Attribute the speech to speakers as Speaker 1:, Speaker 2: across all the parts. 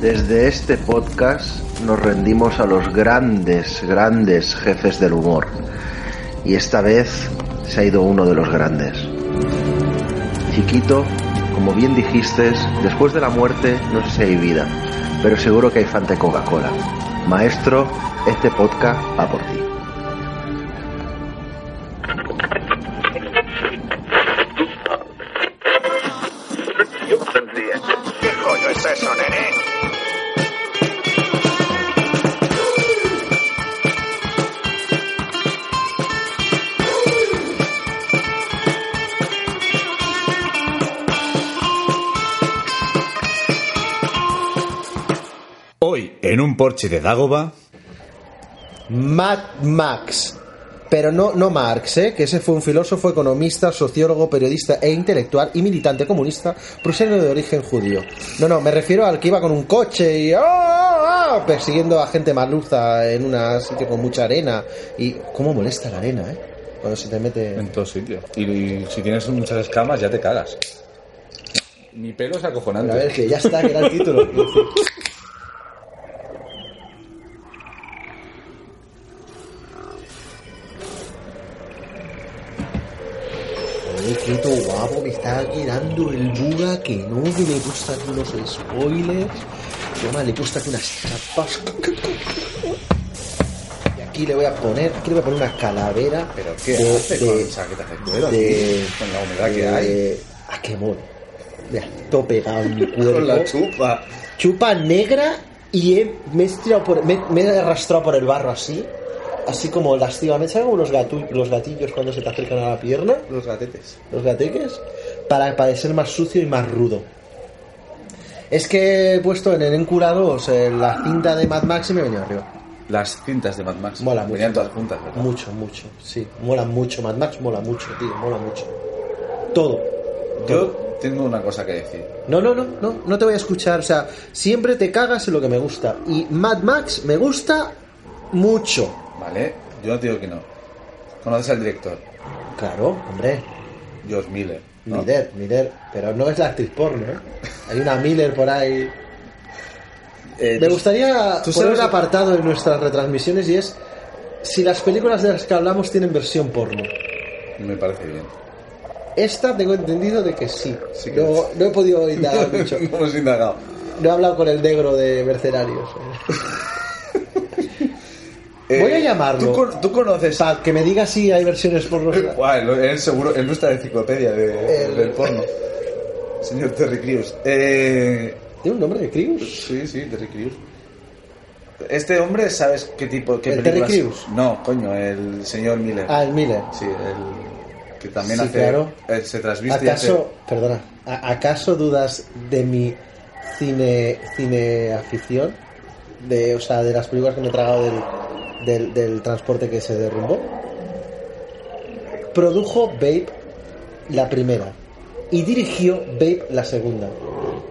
Speaker 1: Desde este podcast nos rendimos a los grandes, grandes jefes del humor. Y esta vez se ha ido uno de los grandes. Chiquito, como bien dijiste, después de la muerte no sé si hay vida, pero seguro que hay Fanta y Coca-Cola. Maestro, este podcast va por ti.
Speaker 2: ¿Qué coño es eso, nene?
Speaker 3: Hoy, en un Porsche de Dagoba,
Speaker 4: Mad Max. Pero no, no Marx, ¿eh? que ese fue un filósofo, economista, sociólogo, periodista e intelectual y militante comunista prusiano de origen judío. No, no, me refiero al que iba con un coche y ¡ah, ah, ah! persiguiendo a gente maluza en un sitio con mucha arena. Y cómo molesta la arena, ¿eh? Cuando se te mete...
Speaker 5: En todos sitios. Y, y si tienes muchas escamas, ya te cagas. Mi pelo es acojonante.
Speaker 4: A ver, que ya está, que era el título. Oye, qué todo guapo, me está quedando el Buga, que no, que le he puesto aquí unos spoilers. Toma, le he puesto aquí unas chapas. Y aquí le voy a poner, aquí le voy a poner una calavera.
Speaker 5: ¿Pero qué
Speaker 4: de-
Speaker 5: hace
Speaker 4: de-
Speaker 5: con chaquetas de cuero,
Speaker 4: de-
Speaker 5: tío? Con la humedad que
Speaker 4: de-
Speaker 5: hay.
Speaker 4: Ah, qué mono. Mira, todo pegado en mi cuerpo.
Speaker 5: chupa.
Speaker 4: chupa negra y he- me, he estirado por- me- me he arrastrado por el barro así, así como lastivamente, ¿sabes como los, gatu- los gatillos cuando se te acercan a la pierna?
Speaker 5: Los gatetes.
Speaker 4: Los gateques, para parecer más sucio y más rudo. Es que he puesto en el encurados eh, la cinta de Mad Max y me he venido arriba.
Speaker 5: Las cintas de Mad Max.
Speaker 4: Mola mucho.
Speaker 5: Venían todas juntas, ¿verdad?
Speaker 4: Mucho, mucho, sí. Mola mucho, Mad Max mola mucho, tío, mola mucho. Todo.
Speaker 5: Yo tengo una cosa que decir.
Speaker 4: No, no, no, no, no te voy a escuchar. O sea, siempre te cagas en lo que me gusta. Y Mad Max me gusta mucho.
Speaker 5: ¿Vale? Yo no te digo que no. ¿Conoces al director?
Speaker 4: Claro, hombre.
Speaker 5: George Miller. ¿no?
Speaker 4: Miller, Miller. Pero no es la actriz porno, ¿eh? Hay una Miller por ahí.
Speaker 5: Eh,
Speaker 4: Me gustaría
Speaker 5: ¿Tú
Speaker 4: poner
Speaker 5: sabes-
Speaker 4: un apartado en nuestras retransmisiones y es si las películas de las que hablamos tienen versión porno.
Speaker 5: Me parece bien.
Speaker 4: Esta tengo entendido de que sí.
Speaker 5: Sí que
Speaker 4: no, no he podido indagar mucho.
Speaker 5: No hemos indagado.
Speaker 4: No he hablado con el negro de mercenarios.
Speaker 5: Eh,
Speaker 4: Voy a
Speaker 5: ¿Tú,
Speaker 4: llamarlo.
Speaker 5: con- tú conoces a...
Speaker 4: Para que me diga si hay versiones porno.
Speaker 5: Guau, él él seguro, él no está de enciclopedia de,
Speaker 4: El-
Speaker 5: del porno. Señor Terry Crews. Eh,
Speaker 4: ¿Tiene un nombre de Crius?
Speaker 5: sí, sí, Terry Crews. Este hombre, ¿sabes qué tipo? Qué
Speaker 4: ¿El Terry
Speaker 5: películas-
Speaker 4: Crews?
Speaker 5: No, coño, el señor Miller.
Speaker 4: Ah, el Miller.
Speaker 5: Sí, el que también
Speaker 4: Sí,
Speaker 5: hace.
Speaker 4: claro.
Speaker 5: él se transviste y hace-
Speaker 4: ¿Acaso, perdona, ¿a- ¿acaso dudas de mi cine, cine afición? De, o sea, de las películas que me he tragado del, del, del transporte que se derrumbó. Produjo Babe la primera y dirigió Babe la segunda.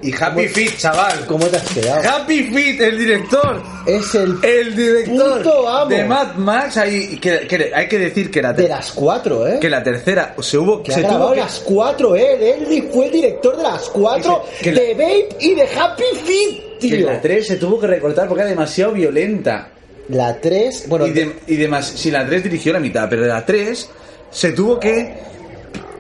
Speaker 5: Y Happy Feet, chaval.
Speaker 4: ¿Cómo te has quedado?
Speaker 5: Happy Feet, el director.
Speaker 4: Es el
Speaker 5: El director
Speaker 4: Puto amo.
Speaker 5: de Mad Max. Ahí, que, que- hay que decir que la, ter-
Speaker 4: de las cuatro, ¿eh?
Speaker 5: que la tercera se hubo.
Speaker 4: Que ha
Speaker 5: se
Speaker 4: grabado
Speaker 5: tuvo que-
Speaker 4: las cuatro, él. Él di- fue el director de las cuatro,
Speaker 5: Que la-
Speaker 4: de Babe y de Happy Feet,
Speaker 5: que
Speaker 4: tío.
Speaker 5: la 3 se tuvo que recortar porque era demasiado violenta.
Speaker 4: La tres, bueno,
Speaker 5: y, de- y demás, si la 3 dirigió la mitad, pero la 3 se tuvo que.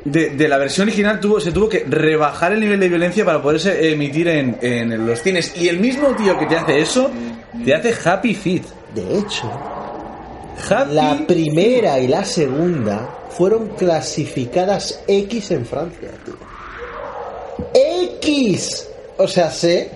Speaker 5: De, de la versión original tuvo, se tuvo que rebajar el nivel de violencia para poderse emitir en, en los cines. Y el mismo tío que te hace eso, te hace Happy Feet.
Speaker 4: de hecho,
Speaker 5: Happy
Speaker 4: La primera y la segunda fueron clasificadas X en Francia, tío. X. O sea, sé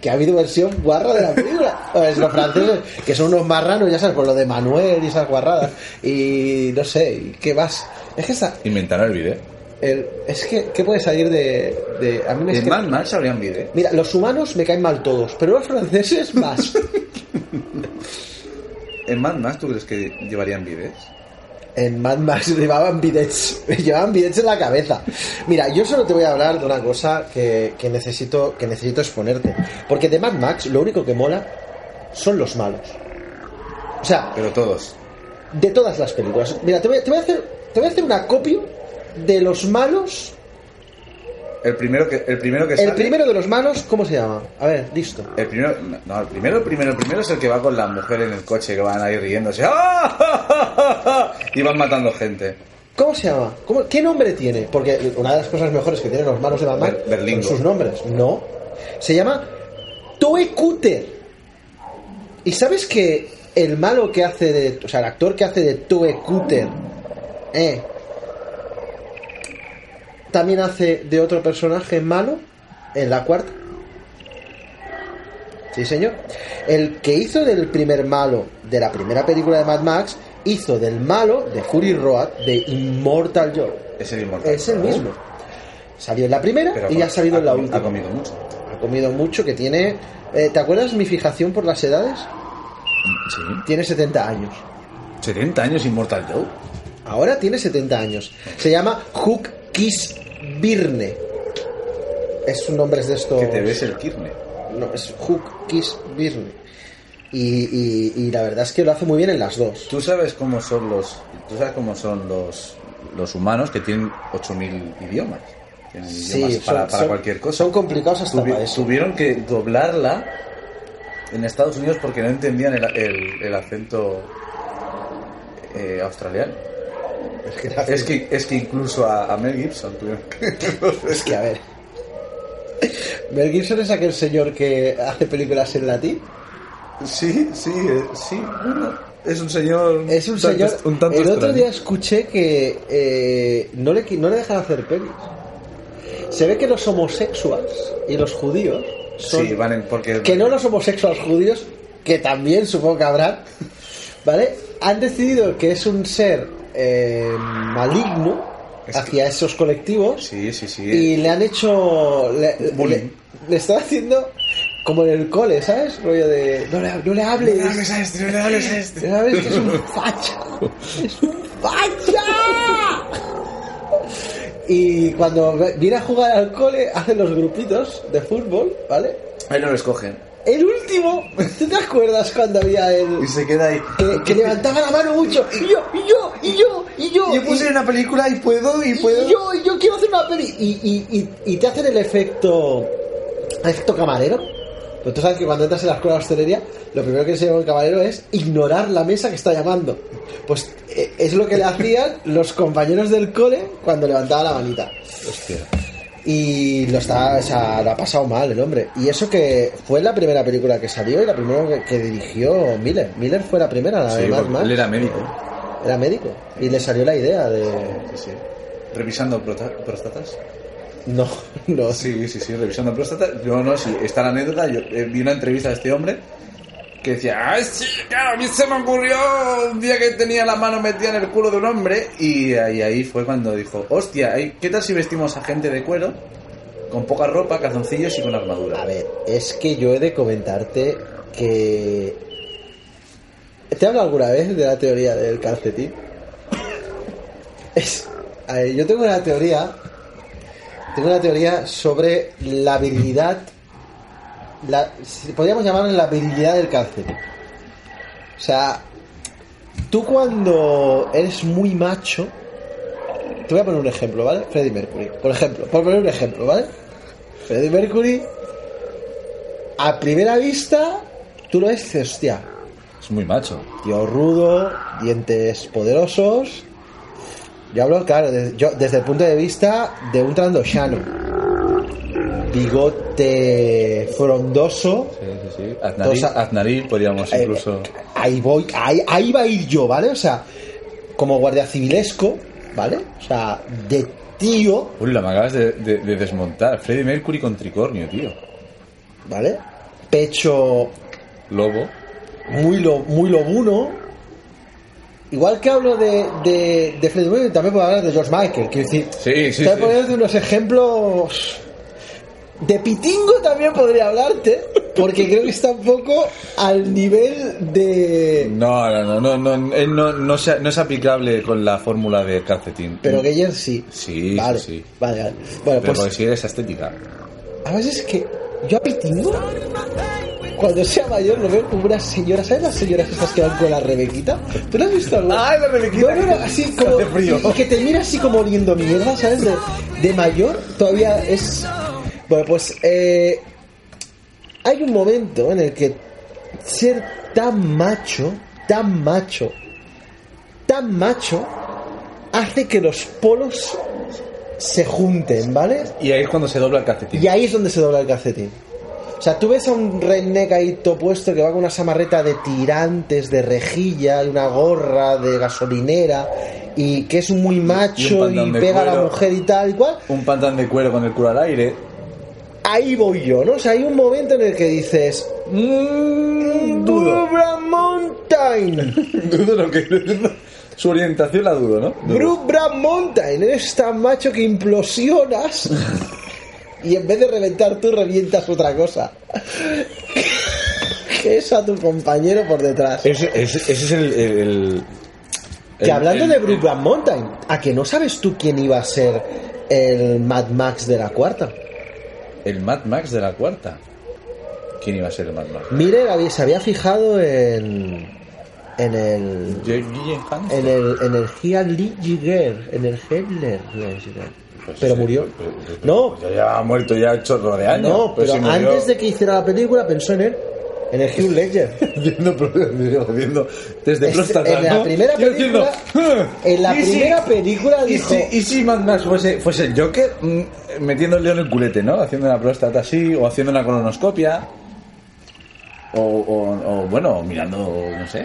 Speaker 4: que ha habido versión guarra de la película. A ver, los franceses, que son unos marranos, ya sabes, por lo de Manuel y esas guarradas. Y no sé, ¿y ¿qué más? Es que está.
Speaker 5: Inventaron el vídeo.
Speaker 4: el- es que, ¿qué puede salir de. de- a mí me es
Speaker 5: En
Speaker 4: que-
Speaker 5: Mad Max habría un vídeo.
Speaker 4: Mira, los humanos me caen mal todos, pero los franceses más.
Speaker 5: ¿En Mad Max tú crees que llevarían vídeos?
Speaker 4: En Mad Max llevaban bidets, llevaban bidets en la cabeza. Mira, yo solo te voy a hablar de una cosa que, que necesito que necesito exponerte, porque de Mad Max lo único que mola son los malos. O sea,
Speaker 5: Pero todos.
Speaker 4: de todas las películas. Mira, te voy, a- te voy a hacer te voy a hacer una copia de los malos.
Speaker 5: El primero que, el primero que
Speaker 4: El
Speaker 5: sale-
Speaker 4: primero de los malos, ¿cómo se llama? A ver, listo.
Speaker 5: El primero, no, el primero, el primero, el primero es el que va con la mujer en el coche que van ahí riéndose. ¡Ah! Y van matando gente.
Speaker 4: ¿Cómo se llama? ¿Cómo- ¿Qué nombre tiene? Porque una de las cosas mejores que tienen los malos de mamá
Speaker 5: Ber- Berlingo.
Speaker 4: son sus nombres. No. Se llama Toe Cutter. ¿Y sabes que el malo que hace de... O sea, el actor que hace de Toe Cutter... Eh, también hace de otro personaje malo en la cuarta. Sí, señor. El que hizo del primer malo de la primera película de Mad Max hizo del malo de Fury Road de Immortal Joe.
Speaker 5: Es el inmortal. Oh,
Speaker 4: Es el mismo. Salió en la primera
Speaker 5: Pero
Speaker 4: y ya ha salido en la
Speaker 5: ha-
Speaker 4: última.
Speaker 5: Ha comido mucho.
Speaker 4: Ha comido mucho, que tiene... eh, ¿Te acuerdas mi fijación por las edades?
Speaker 5: Sí.
Speaker 4: Tiene 70 años.
Speaker 5: 70 años Inmortal Joe.
Speaker 4: Ahora tiene 70 años. Se llama Hook Kiss Birne. Es un nombre de estos...
Speaker 5: Que te ves el Kirne.
Speaker 4: No, es Hook Kiss Birne. Y, y- y la verdad es que lo hace muy bien en las dos.
Speaker 5: Tú sabes cómo son los, tú sabes cómo son los, los humanos que tienen 8000 idiomas. Tienen idiomas para,
Speaker 4: son-
Speaker 5: para
Speaker 4: son-
Speaker 5: cualquier cosa.
Speaker 4: Son complicados hasta
Speaker 5: Tuvi-
Speaker 4: para eso.
Speaker 5: tuvieron que doblarla en Estados Unidos porque no entendían el, el- el acento eh, australiano.
Speaker 4: Es que,
Speaker 5: Es que, es que incluso a, a Mel Gibson tuvieron que-
Speaker 4: es que, a ver. Mel Gibson es aquel señor que hace películas en latín.
Speaker 5: Sí, sí, eh, sí. bueno, es un señor.
Speaker 4: Es un
Speaker 5: tanto-
Speaker 4: señor.
Speaker 5: un tanto
Speaker 4: el otro
Speaker 5: extraño.
Speaker 4: día escuché que eh, no, le, qui- no le dejan hacer pelis. Se ve que los homosexuales y los judíos son
Speaker 5: Sí, van en- porque.
Speaker 4: que no los homosexuales judíos, que también supongo que habrá, ¿vale? Han decidido que es un ser eh, maligno
Speaker 5: Es que-
Speaker 4: hacia esos colectivos
Speaker 5: Sí, sí, sí. eh.
Speaker 4: y le han hecho... Le, le-
Speaker 5: Bullying.
Speaker 4: le- le están haciendo como en el cole, ¿sabes? Rollo de... No le, no le hables.
Speaker 5: No le hables a este, no le hables a este.
Speaker 4: No le hables, que es un facha. ¡Es un facha! Y cuando viene a jugar al cole, hacen los grupitos de fútbol, ¿vale?
Speaker 5: Ahí no lo escogen.
Speaker 4: El último, ¿tú te acuerdas cuando había
Speaker 5: Y
Speaker 4: el...
Speaker 5: se queda ahí.
Speaker 4: Que, que levantaba la mano mucho. Y yo, y yo, y yo, y yo.
Speaker 5: Yo puse
Speaker 4: y-
Speaker 5: una película y puedo, y
Speaker 4: y
Speaker 5: puedo.
Speaker 4: yo, y yo quiero hacer una peli. Y, y, y, y te hacen el efecto... el efecto camarero. Pero tú sabes que cuando entras en la escuela de hostelería, lo primero que enseña el camarero es ignorar la mesa que está llamando. Pues eh, es lo que le hacían los compañeros del cole cuando levantaba la manita. Y lo está, o sea, lo ha pasado mal el hombre. Y eso que fue la primera película que salió y la primera que, que dirigió Miller. Miller fue la primera, la de
Speaker 5: Sí,
Speaker 4: Mad
Speaker 5: porque
Speaker 4: Max.
Speaker 5: él
Speaker 4: Era...
Speaker 5: era médico.
Speaker 4: médico. Y le salió la idea de.
Speaker 5: Sí, sí. Revisando prota- próstatas.
Speaker 4: No, no.
Speaker 5: Oh, Sí, sí, sí, revisando próstata. No, no, sí, está la anécdota. Yo eh, vi una entrevista de este hombre que decía, ¡ay, sí, claro! A mí se me ocurrió un día que tenía la mano metida en el culo de un hombre. Y ahí, ahí fue cuando dijo, ¡hostia! ¿eh, ¿Qué tal si vestimos a gente de cuero? Con poca ropa, calzoncillos y con armadura.
Speaker 4: A ver, es que yo he de comentarte que. ¿Te hablo alguna vez de la teoría del calcetín? Es. A ver, yo tengo una teoría. Tengo una teoría sobre la virilidad. La, si- podríamos llamarla la virilidad del calcetín. O sea, tú cuando eres muy macho. Te voy a poner un ejemplo, ¿vale? Freddie Mercury, por ejemplo. Por poner un ejemplo, ¿vale? Freddie Mercury a primera vista, tú lo ves, dices, hostia,
Speaker 5: Es muy macho.
Speaker 4: tío rudo, dientes poderosos. Yo hablo, claro, de- yo, desde el punto de vista de un trandoshano. Bigote frondoso.
Speaker 5: Sí, sí, sí.
Speaker 4: Entonces, a-
Speaker 5: podríamos
Speaker 4: Eh, ahí voy, ahí, ahí va a ir yo, ¿vale? O sea, como guardia civilesco, ¿vale? O sea, de tío,
Speaker 5: Uy, la me acabas de, de- de desmontar. Freddie Mercury con tricornio, tío.
Speaker 4: ¿vale? pecho
Speaker 6: Lobo.
Speaker 4: muy, lo, muy lobuno. Igual que hablo de, de, de Fred Willard, también puedo hablar de George Michael. Quiero decir,
Speaker 6: Sí, sí,
Speaker 4: estoy
Speaker 6: sí.
Speaker 4: poniendo unos ejemplos. De Pitingo también podría hablarte, porque creo que está un poco al nivel de.
Speaker 5: No, no, no, no, no, él no, no, se- no es aplicable con la fórmula de calcetín.
Speaker 4: Pero Geyer sí.
Speaker 5: Mm. Sí, sí,
Speaker 4: vale,
Speaker 5: sí.
Speaker 4: Vale, vale. Bueno,
Speaker 5: Pero
Speaker 4: pues.
Speaker 5: porque si eres estética.
Speaker 4: A veces es que yo a Pitingo, cuando sea mayor, lo veo como una señora. ¿Sabes las señoras estas que van con la Rebequita? ¿Tú las has visto alguna?
Speaker 5: Ay, la Rebequita.
Speaker 4: No, no, no, así como.
Speaker 5: Hace frío.
Speaker 4: y que te mira así como oliendo mierda, ¿sabes? De, de mayor todavía es. Bueno, pues. Eh, hay un momento en el que ser tan macho, tan macho, tan macho, hace que los polos se junten, ¿vale?
Speaker 5: Y ahí es cuando se dobla el calcetín.
Speaker 4: Y ahí es donde se dobla el calcetín. O sea, tú ves a un redneck ahí topuesto que va con una samarreta de tirantes, de rejilla, y una gorra de gasolinera, y que es muy macho y,
Speaker 5: pantalón de
Speaker 4: pega a la
Speaker 5: cuero.
Speaker 4: mujer y tal y cual.
Speaker 5: Un pantalón de cuero con el culo al aire.
Speaker 4: Ahí voy yo, ¿no? O sea, hay un momento en el que dices. Mmm,
Speaker 5: dudo.
Speaker 4: Brubra Mountain.
Speaker 5: Dudo lo que. Su orientación la dudo, ¿no? Dudo.
Speaker 4: Brubra Mountain. Eres tan macho que implosionas. Y en vez de reventar tú, revientas otra cosa. que es a tu compañero por detrás.
Speaker 6: Ese, ese- ese es el. el- el-
Speaker 4: Que hablando de Brooklyn Mountain, ¿a que no sabes tú quién iba a ser el Mad Max de la cuarta?
Speaker 5: El Mad Max de la cuarta. ¿Quién iba a ser el Mad Max?
Speaker 4: Mire, había- se había fijado en. en el.
Speaker 5: Jake Gyllenhaal.
Speaker 4: en el. en el Heath Ledger, en el Hitler.
Speaker 5: Pues
Speaker 4: Pero
Speaker 5: sí,
Speaker 4: murió.
Speaker 5: pues, pues, pues,
Speaker 4: No,
Speaker 5: Ya llevaba muerto ya chorro de años.
Speaker 4: no,
Speaker 5: Pues
Speaker 4: pero
Speaker 5: si murió-
Speaker 4: antes de que hiciera la película pensó en él. En el Hugh Ledger.
Speaker 5: Viendo, pro- viendo desde
Speaker 4: Este-
Speaker 5: próstata,
Speaker 4: en la
Speaker 5: ¿no?
Speaker 4: primera
Speaker 5: Yo
Speaker 4: película.
Speaker 5: diciendo,
Speaker 4: En la
Speaker 5: ¿y si-
Speaker 4: primera película
Speaker 5: ¿Y
Speaker 4: dijo.
Speaker 5: si, y si Mad Max fuese, fuese el Joker mm, metiendo el león en el culete, ¿no? Haciendo una próstata así, o haciendo una colonoscopia, o, o, o, bueno, mirando, no sé,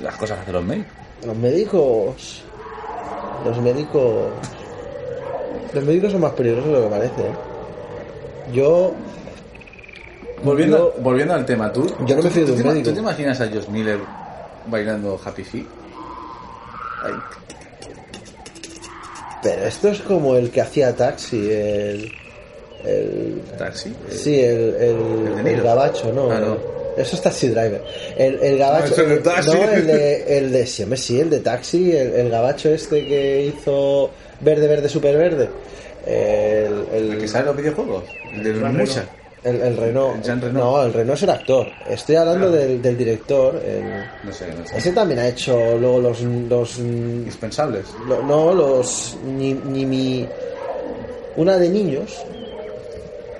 Speaker 5: las cosas que hacen los médicos.
Speaker 4: Los médicos. Los médicos. Los médicos son más peligrosos de lo que parece, ¿eh? Yo.
Speaker 5: Volviendo, volviendo al tema, tú.
Speaker 4: Yo no me fío de
Speaker 5: ¿tú
Speaker 4: un
Speaker 5: te ima-
Speaker 4: médico.
Speaker 5: ¿Tú te imaginas a Josh Miller bailando Happy Feet? Ay,
Speaker 4: Pero esto es como el que hacía taxi, el. El.
Speaker 5: taxi.
Speaker 4: Sí, el. El,
Speaker 5: de Niro.
Speaker 4: el gabacho, ¿no?
Speaker 5: Ah, no.
Speaker 4: Eso es taxi driver. El, el gabacho.
Speaker 5: No, eso es de
Speaker 4: el-
Speaker 5: Taxi.
Speaker 4: no, el de. El de. Sí, hombre, sí, el de taxi, el, el gabacho este que hizo Verde, Verde, Super Verde. El. El,
Speaker 5: ¿El que sale en los videojuegos? El de Mucha.
Speaker 4: El, el Renault.
Speaker 5: Jean Reno.
Speaker 4: No, el Renault es el actor. Estoy hablando del, del director. el-
Speaker 5: No sé, no sé.
Speaker 4: Ese también ha hecho luego los. los
Speaker 5: Indispensables.
Speaker 4: lo- no, los. Ni, ni mi. Una de niños.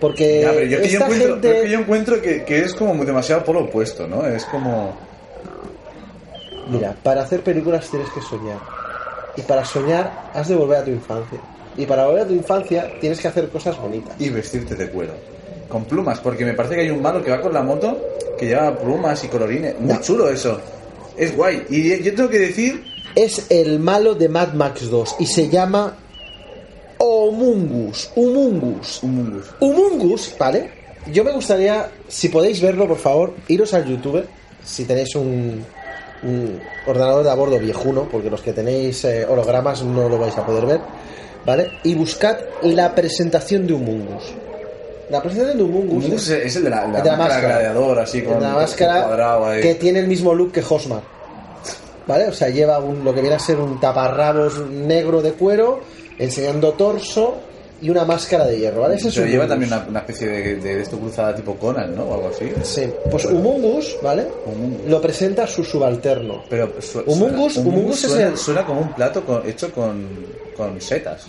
Speaker 4: Porque.
Speaker 5: Ya, pero yo, que yo
Speaker 4: Eh, esta
Speaker 5: encuentro,
Speaker 4: gente.
Speaker 5: pero es que yo encuentro que, que es como demasiado por lo opuesto, ¿no? Es como...
Speaker 4: Mira, para hacer películas tienes que soñar. Y para soñar has de volver a tu infancia. Y para volver a tu infancia tienes que hacer cosas bonitas.
Speaker 5: Y vestirte de cuero. Con plumas, porque me parece que hay un malo que va con la moto que lleva plumas y colorines. Muy
Speaker 4: No.
Speaker 5: chulo eso. Es guay. Y yo tengo que decir...
Speaker 4: es el malo de Mad Max 2 y se llama Omungus. Humungus.
Speaker 5: Humungus.
Speaker 4: Humungus, ¿vale? Yo me gustaría, si podéis verlo, por favor, iros al YouTube, si tenéis un, un ordenador de a bordo viejuno, porque los que tenéis eh, hologramas no lo vais a poder ver, ¿vale? Y buscad la presentación de Humungus. La presentación de Humungus,
Speaker 5: Humungus es el de la, la
Speaker 4: de
Speaker 5: máscara
Speaker 4: la máscara.
Speaker 5: gladiador, así con
Speaker 4: la
Speaker 5: un cuadrado
Speaker 4: máscara
Speaker 5: ahí.
Speaker 4: que tiene el mismo look que Hosmar. ¿Vale? O sea, lleva un- lo que viene a ser un taparrabos negro de cuero, enseñando torso y una máscara de hierro, ¿vale? Ese es
Speaker 5: Pero
Speaker 4: un
Speaker 5: lleva
Speaker 4: Humungus.
Speaker 5: también una, una especie de, de, de esto cruzada tipo Conan, ¿no? O algo así.
Speaker 4: Sí, pues Humungus, ¿vale?
Speaker 5: Humungus.
Speaker 4: Lo presenta su subalterno.
Speaker 5: Pero su- suena,
Speaker 4: Humungus-
Speaker 5: Humungus
Speaker 4: Humungus es
Speaker 5: suena,
Speaker 4: el-
Speaker 5: suena como un plato con- hecho con, con setas.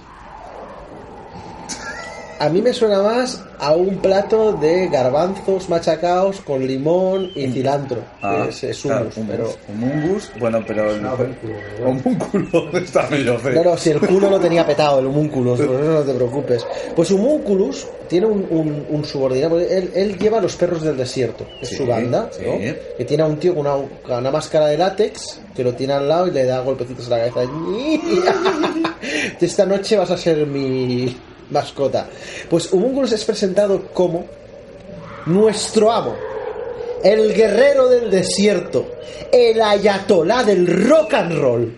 Speaker 4: A mí me suena más a un plato de garbanzos machacados con limón y cilantro. que es, es
Speaker 5: Ah, claro,
Speaker 4: hummus, pero...
Speaker 5: Humungus, bueno, pero... el- Homúnculo está medio feo.
Speaker 4: No, no, si el culo lo tenía petado, el homúnculus, por eso no te preocupes. Pues homúnculus tiene un, un, un subordinado, porque él, él lleva a los perros del desierto, es
Speaker 5: Sí,
Speaker 4: su banda,
Speaker 5: sí.
Speaker 4: ¿no? Que tiene a un tío con una, con una máscara de látex, que lo tiene al lado y le da golpecitos a la cabeza. Esta noche vas a ser mi mascota. Pues homúnculus es presentado como nuestro amo, el guerrero del desierto, el ayatolá del rock and roll.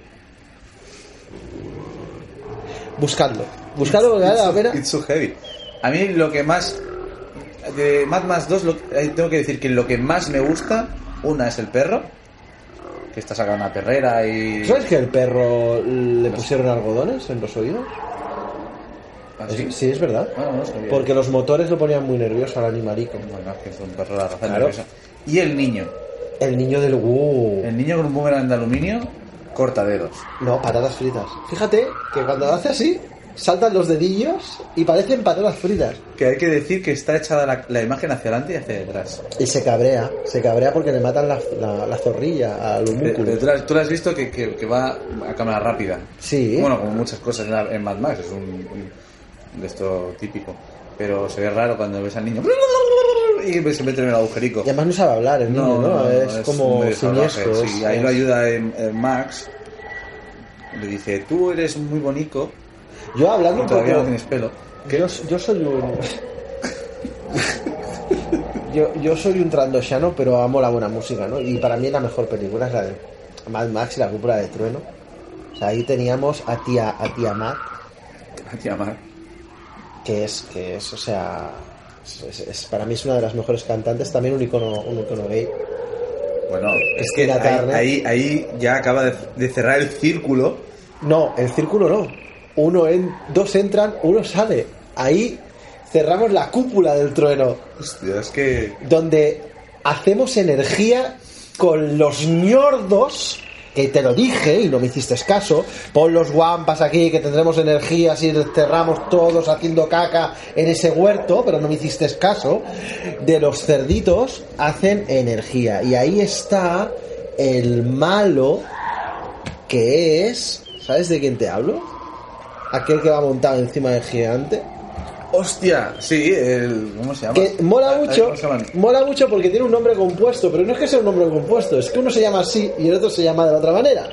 Speaker 4: Buscadlo, buscadlo porque vale la pena.
Speaker 5: It's so heavy. A mí lo que más. De Mad Max 2, lo- eh, tengo que decir que lo que más me gusta, una es el perro, que está sacando una perrera y.
Speaker 4: ¿Sabes que el perro le pusieron algodones en los oídos?
Speaker 5: Así.
Speaker 4: Sí, es verdad.
Speaker 5: Ah, no, sabía.
Speaker 4: Porque los motores lo ponían muy nervioso al animalico.
Speaker 5: Bueno, es que es un perro de la raza
Speaker 4: Claro.
Speaker 5: nerviosa. Y el niño.
Speaker 4: El niño del... ¡Uh!
Speaker 5: El niño con un boomerang de aluminio, corta dedos.
Speaker 4: No, patatas fritas. Fíjate que cuando hace así, saltan los dedillos y parecen patatas fritas.
Speaker 5: Que hay que decir que está echada la, la imagen hacia adelante y hacia detrás.
Speaker 4: Y se cabrea, se cabrea porque le matan la, la- la zorrilla al
Speaker 5: De-
Speaker 4: homúnculo.
Speaker 5: de- Eh, tú, la- tú la has visto que, que- que va a cámara rápida.
Speaker 4: Sí.
Speaker 5: Bueno, como muchas cosas en, la- en Mad Max, es un, un de esto típico. Pero se ve raro cuando ves al niño. Y se mete en el agujerico.
Speaker 4: Y además no sabe hablar el niño, ¿no? es, como
Speaker 5: medio
Speaker 4: siniestro.
Speaker 5: salvaje,
Speaker 4: es-
Speaker 5: sí. ahí
Speaker 4: es-
Speaker 5: lo ayuda en- en Max. Le dice, tú eres muy bonito,
Speaker 4: Yo hablando un
Speaker 5: todavía no
Speaker 4: poco...
Speaker 5: tienes pelo.
Speaker 4: Yo, yo soy un... yo, yo soy un trandoshano, pero amo la buena música, ¿no? Y para mí la mejor película es la de Mad Max y la cúpula de trueno. O sea, ahí teníamos a tía, a tía Matt,
Speaker 5: A ti, Amar.
Speaker 4: que es, que es, o sea, es- es- es- para mí es una de las mejores cantantes, también un icono, un icono gay.
Speaker 5: Bueno, es que
Speaker 4: Cristina Turner.
Speaker 5: ahí, ahí, ahí ya acaba de, de cerrar el círculo.
Speaker 4: No, el círculo no. Uno en, dos entran, uno sale. Ahí cerramos la cúpula del trueno,
Speaker 5: Hostia, es que.
Speaker 4: donde hacemos energía con los ñordos. Que te lo dije y no me hiciste caso. Pon los guampas aquí que tendremos energía si cerramos todos haciendo caca en ese huerto, pero no me hiciste caso. De los cerditos hacen energía. Y ahí está el malo que es. ¿Sabes de quién te hablo? Aquel que va montado encima del gigante.
Speaker 5: ¡Hostia! Sí, el. ¿Cómo se llama?
Speaker 4: Que mola
Speaker 5: Ah,
Speaker 4: mucho,
Speaker 5: ¿cómo se llaman?
Speaker 4: mola mucho porque tiene un nombre compuesto, pero no es que sea un nombre compuesto, es que uno se llama así y el otro se llama de la otra manera.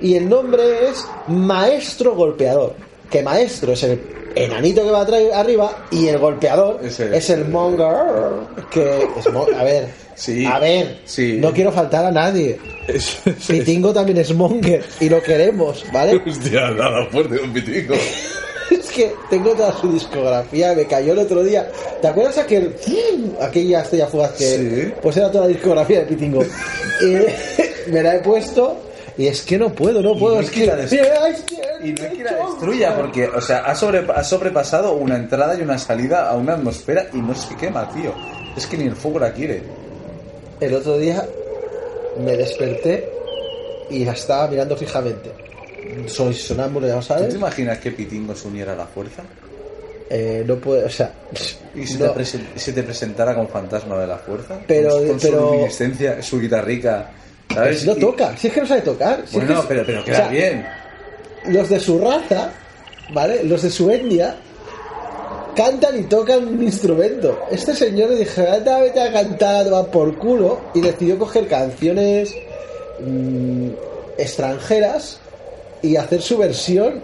Speaker 4: Y el nombre es Maestro Golpeador, que Maestro es el enanito que va atrás arriba y el golpeador es
Speaker 5: Es
Speaker 4: el,
Speaker 5: el-
Speaker 4: monger que es mo- a ver,
Speaker 5: Sí,
Speaker 4: a ver,
Speaker 5: sí.
Speaker 4: no quiero faltar a nadie. Pitingo también es monger y lo queremos, ¿vale?
Speaker 6: Hostia, nada fuerte, un pitico.
Speaker 4: Es que tengo toda su discografía, me cayó el otro día. ¿Te acuerdas aquel aquella estrella fugaz que
Speaker 5: Sí.
Speaker 4: pues era toda la discografía de Pitingo? Y me la he puesto y es que no puedo, no puedo,
Speaker 5: no
Speaker 4: es
Speaker 5: es
Speaker 4: que
Speaker 5: que la dest-
Speaker 4: Ay, que-
Speaker 5: Y no es que
Speaker 4: yo-
Speaker 5: la destruya, porque, o sea, ha, sobre- ha sobrepasado una entrada y una salida a una atmósfera y no se quema, tío. Es que ni el fuego la quiere.
Speaker 4: El otro día me desperté y la estaba mirando fijamente. Soy sonámbulo, ya lo
Speaker 5: ¿Tú
Speaker 4: sabes.
Speaker 5: te imaginas que Pitingo se uniera a la fuerza?
Speaker 4: Eh, no puedo, o sea,
Speaker 5: Y se,
Speaker 4: no.
Speaker 5: te, presen- se te presentara como fantasma de la fuerza.
Speaker 4: Pero-
Speaker 5: Con, con
Speaker 4: pero-
Speaker 5: su luminiscencia, su guitarrica.
Speaker 4: Pero
Speaker 5: ¿Sabes?
Speaker 4: si no
Speaker 5: Y-
Speaker 4: toca, si es que no sabe tocar. si es
Speaker 5: Bueno,
Speaker 4: que-
Speaker 5: pero, pero
Speaker 4: o
Speaker 5: queda
Speaker 4: sea,
Speaker 5: bien.
Speaker 4: los de su raza, ¿vale? Los de su etnia, cantan y tocan un instrumento. Este señor le dije, anda, vete a cantar a tomar por culo, y decidió coger canciones mm, extranjeras y hacer su versión.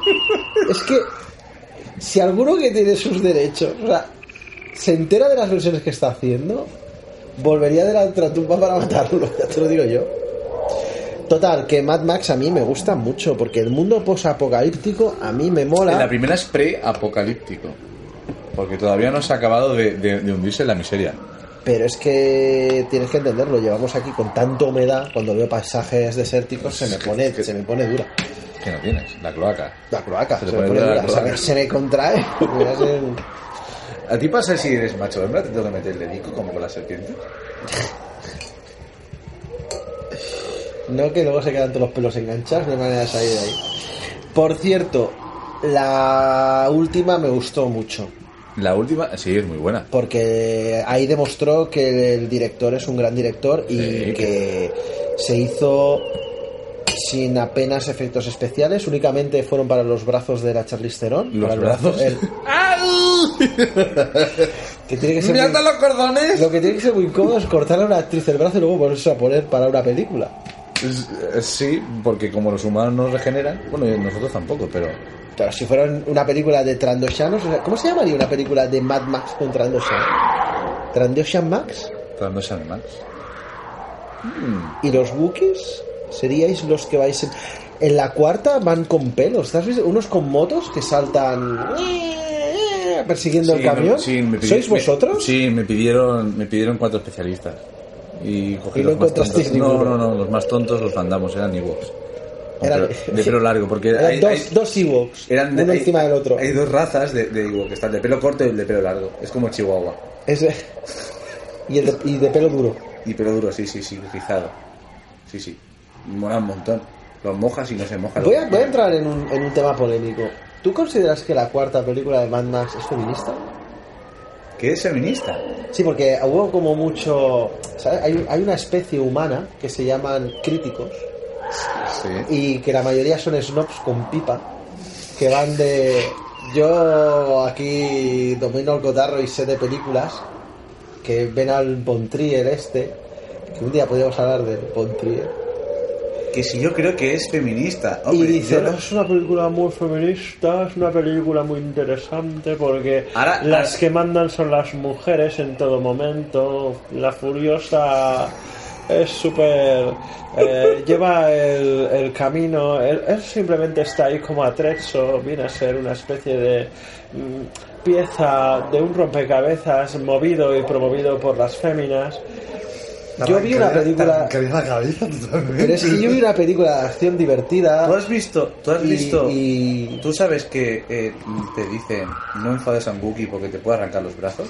Speaker 4: Es que, si alguno que tiene sus derechos, o sea, se entera de las versiones que está haciendo, volvería de la ultratumba para matarlo, ya te lo digo yo. Total, que Mad Max a mí me gusta mucho, porque el mundo posapocalíptico a mí me
Speaker 5: La
Speaker 4: mola.
Speaker 5: primera es pre-apocalíptico. Porque todavía no se ha acabado de, de- de hundirse en la miseria.
Speaker 4: Pero es que tienes que entenderlo, llevamos aquí con tanta humedad, cuando veo paisajes desérticos se me pone, se me pone dura.
Speaker 5: Que no tienes, la cloaca.
Speaker 4: La cloaca, se,
Speaker 5: Se te pone
Speaker 4: me pone
Speaker 5: dura la
Speaker 4: dura, se me,
Speaker 5: cloaca.
Speaker 4: se me contrae. me hace un-
Speaker 5: ¿A ti pasa si eres macho o hembra? ¿Te tengo que meter el dedico como con la serpiente?
Speaker 4: No que luego se quedan todos los pelos enganchados, no hay manera de salir de ahí. Por cierto, la última me gustó mucho.
Speaker 5: La última, sí, es muy buena.
Speaker 4: porque ahí demostró que el director es un gran director y
Speaker 5: Sí.
Speaker 4: que se hizo sin apenas efectos especiales, únicamente fueron para los brazos de la Charlize Theron.
Speaker 5: ¿Los
Speaker 4: para el
Speaker 5: brazos?
Speaker 4: el- que tiene que ser muy-
Speaker 5: los cordones!
Speaker 4: Lo que tiene que ser muy incómodo es cortarle a una actriz el brazo y luego volverse a poner para una película.
Speaker 5: Es- eh, Sí, porque como los humanos no regeneran, bueno, y nosotros tampoco, pero.
Speaker 4: Pero si fuera una película de Trandoshanos, o sea, ¿cómo se llamaría una película de Mad Max con Trandoshan? Trandoshan Max
Speaker 5: Trandoshan animales.
Speaker 4: y los Wookiees seríais los que vais en... en la cuarta van con pelos, ¿estás visto? Unos con motos que saltan persiguiendo el camión. ¿Sois vosotros?
Speaker 5: sí, me pidieron, me pidieron cuatro especialistas. Y cogí
Speaker 4: ¿Y no
Speaker 5: los más
Speaker 4: encontrasteis
Speaker 5: tontos. No,
Speaker 4: ninguno?
Speaker 5: no, no, los más tontos los mandamos, eran Ewoks. Con
Speaker 4: Eran-
Speaker 5: pelo- de pelo largo, porque
Speaker 4: Eran
Speaker 5: hay-
Speaker 4: Eh, dos,
Speaker 5: hay-
Speaker 4: dos Ewoks,
Speaker 5: eran de-
Speaker 4: uno
Speaker 5: hay-
Speaker 4: encima del otro.
Speaker 5: Hay dos razas de, de Ewok, está el de pelo corto y el de pelo largo. Es como Chihuahua.
Speaker 4: Ese- eh, Y, el de, y de pelo duro.
Speaker 5: Y pelo duro, sí, sí, sí, rizado. Sí, sí. Mola un montón. Los mojas y no se mojan.
Speaker 4: Voy a, voy a entrar en un, en un tema polémico. ¿Tú consideras que la cuarta película de Mad Max es feminista?
Speaker 5: Que es feminista.
Speaker 4: Sí, porque hubo como mucho... ¿sabes? Hay, hay una especie humana que se llaman críticos
Speaker 5: Sí.
Speaker 4: y que la mayoría son snobs con pipa que van de... Yo aquí domino el cotarro y sé de películas que ven al Bontrier este, que un día podríamos hablar del Bontrier.
Speaker 5: Que si yo creo que es feminista.
Speaker 4: Y
Speaker 5: Hombre,
Speaker 4: dice,
Speaker 5: yo
Speaker 4: no,
Speaker 5: lo-
Speaker 4: es una película muy feminista, es una película muy interesante porque
Speaker 5: Ahora-
Speaker 4: las
Speaker 5: ahora-
Speaker 4: que mandan son las mujeres en todo momento. La Furiosa es súper... eh, lleva el, el camino, él, él simplemente está ahí como atrecho, viene a ser una especie de mm, pieza de un rompecabezas movido y promovido por las féminas. Yo vi una película...
Speaker 7: Te la cabeza totalmente.
Speaker 4: Pero es que yo vi una película de acción divertida.
Speaker 5: ¿Tú has visto? ¿Tú has
Speaker 4: Y-
Speaker 5: visto?
Speaker 4: y-
Speaker 5: ¿Tú sabes que eh, te dicen no enfades a un Wookiee porque te puede arrancar los brazos?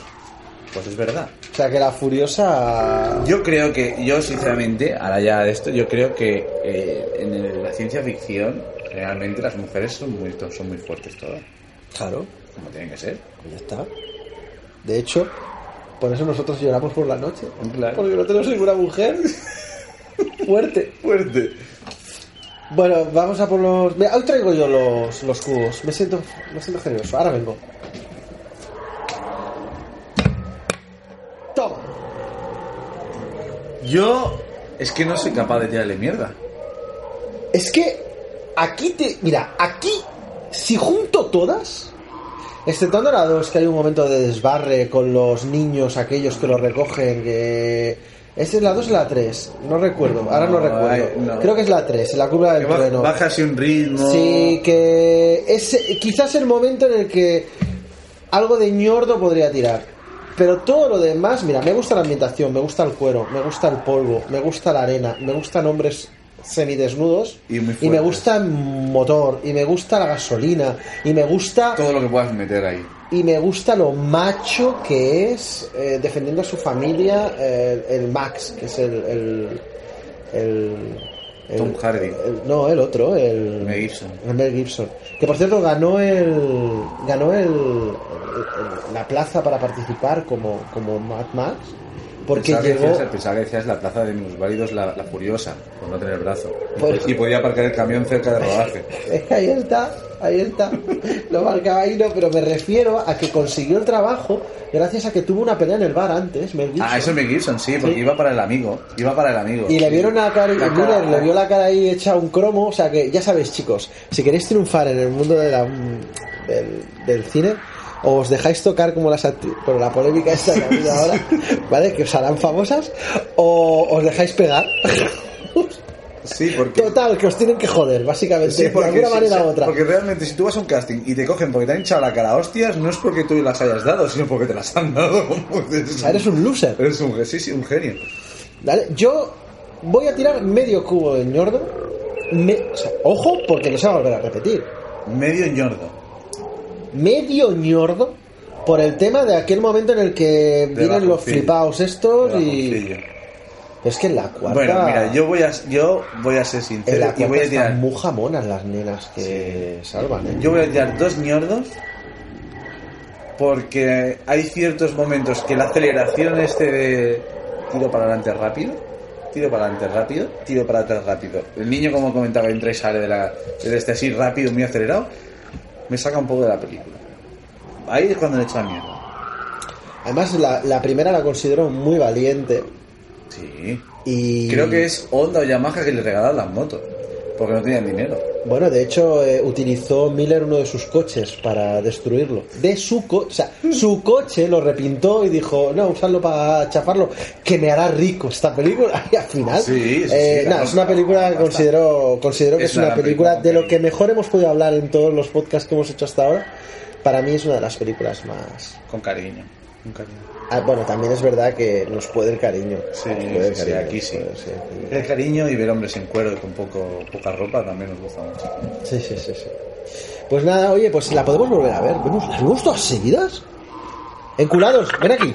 Speaker 5: Pues es verdad.
Speaker 4: O sea, que la Furiosa.
Speaker 5: Yo creo que, yo sinceramente, ahora ya de esto, yo creo que eh, en el- la ciencia ficción realmente las mujeres son muy, to- son muy fuertes todas,
Speaker 4: Claro,
Speaker 5: como tienen que ser.
Speaker 4: pues ya está. De hecho, por eso nosotros lloramos por la noche.
Speaker 5: Claro.
Speaker 4: Porque no tenemos ninguna mujer. Fuerte.
Speaker 5: Fuerte.
Speaker 4: Bueno, vamos a por los. Mira, hoy traigo yo los, los cubos. Me siento, me siento generoso. Ahora vengo. Toma.
Speaker 5: Yo es que no soy capaz de tirarle mierda.
Speaker 4: Es que aquí te. Mira, aquí, si junto todas, exceptuando la 2, que hay un momento de desbarre con los niños, aquellos que los recogen, que. ¿Es la 2 o la 3? No recuerdo, ahora
Speaker 5: No,
Speaker 4: no recuerdo.
Speaker 5: hay- no.
Speaker 4: Creo que es la 3, en la curva del
Speaker 5: Que ba-
Speaker 4: trueno.
Speaker 5: baja así un ritmo.
Speaker 4: Sí, que es quizás el momento en el que algo de ñordo podría tirar. Pero todo lo demás, mira, me gusta la ambientación, me gusta el cuero, me gusta el polvo, me gusta la arena, me gustan hombres semidesnudos
Speaker 5: Y muy
Speaker 4: me
Speaker 5: fuertes.
Speaker 4: gusta el motor y me gusta la gasolina y me gusta
Speaker 5: Todo lo que puedas meter ahí.
Speaker 4: y me gusta lo macho que es eh, defendiendo a su familia eh, el Max, que es el. el, el- el-
Speaker 5: Tom Hardy.
Speaker 4: el- no, el otro, el.
Speaker 5: Mel Gibson.
Speaker 4: el Mel Gibson. Que por cierto ganó el. ganó el, el- el- la plaza para participar como, como Mad Max. Porque
Speaker 5: Pensaba que
Speaker 4: llegó.
Speaker 5: decías- pensaba que decías la plaza de minusválidos, la, la furiosa, por no tener brazo.
Speaker 4: Pues-
Speaker 5: Y podía aparcar el camión cerca de rodaje.
Speaker 4: Es que ahí está, ahí está. Lo marcaba ahí, no, pero me refiero a que consiguió el trabajo gracias a que tuvo una pelea en el bar antes, Mel Gibson.
Speaker 5: Ah, eso es Mel Gibson, sí, porque
Speaker 4: Sí.
Speaker 5: iba para el amigo. Iba para el amigo.
Speaker 4: Y le
Speaker 5: Sí.
Speaker 4: vieron la cara, y
Speaker 5: La
Speaker 4: Miller
Speaker 5: cara-
Speaker 4: le vio la cara ahí hecha un cromo, o sea que ya sabéis chicos, si queréis triunfar en el mundo de la- mm, del, del cine, o os dejáis tocar como las actri- por la polémica esta que ha habido ahora, ¿vale? Que os harán famosas, o os dejáis pegar.
Speaker 5: Sí, porque.
Speaker 4: Total, que os tienen que joder, básicamente,
Speaker 5: Sí, porque,
Speaker 4: de alguna
Speaker 5: sí,
Speaker 4: manera
Speaker 5: sí,
Speaker 4: u otra.
Speaker 5: porque realmente si tú vas a un casting y te cogen porque te han hinchado la cara a hostias, no es porque tú las hayas dado, sino porque te las han dado.
Speaker 4: O sea, eres un loser.
Speaker 5: Eres un, sí, sí, un genio.
Speaker 4: ¿Vale? Yo voy a tirar medio cubo de ñordo. Me- o sea, ojo, porque no se va a volver a repetir.
Speaker 5: Medio ñordo.
Speaker 4: Medio ñordo por el tema de aquel momento en el que vienen los
Speaker 5: bajoncillo.
Speaker 4: flipaos estos y.
Speaker 5: Bajoncillo.
Speaker 4: Pero es que en la cuarta.
Speaker 5: Bueno, mira, yo voy a, yo voy a ser
Speaker 4: En la
Speaker 5: sincero y
Speaker 4: cuarta
Speaker 5: voy a tirar
Speaker 4: están muy jamonas las nenas que salvan, ¿eh?
Speaker 5: Yo voy a tirar dos ñordos porque hay ciertos momentos que la aceleración este de tiro para adelante rápido, tiro para adelante rápido, tiro para atrás rápido. El niño, como comentaba, entra y sale de, la, de este así rápido, muy acelerado, me saca un poco de la película. Ahí es cuando le echo la mierda.
Speaker 4: Además, la, la primera la considero muy valiente.
Speaker 5: Sí.
Speaker 4: Y
Speaker 5: Creo que es Honda o Yamaha que le regalaron las motos. Porque no tenían dinero.
Speaker 4: Bueno, de hecho, eh, utilizó Miller uno de sus coches para destruirlo. De su coche, o sea,
Speaker 5: Mm.
Speaker 4: su coche lo repintó y dijo, no, usarlo para chafarlo, que me hará rico esta película. Y al final,
Speaker 5: Sí, sí, sí,
Speaker 4: eh,
Speaker 5: la
Speaker 4: nada, es una
Speaker 5: cosa,
Speaker 4: película que
Speaker 5: basta.
Speaker 4: considero, considero que es,
Speaker 5: Es una
Speaker 4: una
Speaker 5: gran
Speaker 4: película de
Speaker 5: película.
Speaker 4: lo que mejor hemos podido hablar en todos los podcasts que hemos hecho hasta ahora. Para mí es una de las películas más...
Speaker 5: Con cariño. Con cariño.
Speaker 4: Ah, bueno, también es verdad que nos puede el cariño.
Speaker 5: Sí,
Speaker 4: Nos puede el
Speaker 5: sí,
Speaker 4: cariño,
Speaker 5: aquí
Speaker 4: nos
Speaker 5: sí.
Speaker 4: puede, sí.
Speaker 5: El cariño y ver hombres en cuero y con poco, poca ropa también nos gusta mucho.
Speaker 4: Sí, sí, sí, sí. Pues nada, oye, pues la podemos volver a ver. ¿Vemos, ¿Las vemos todas seguidas? Enculados, ven aquí.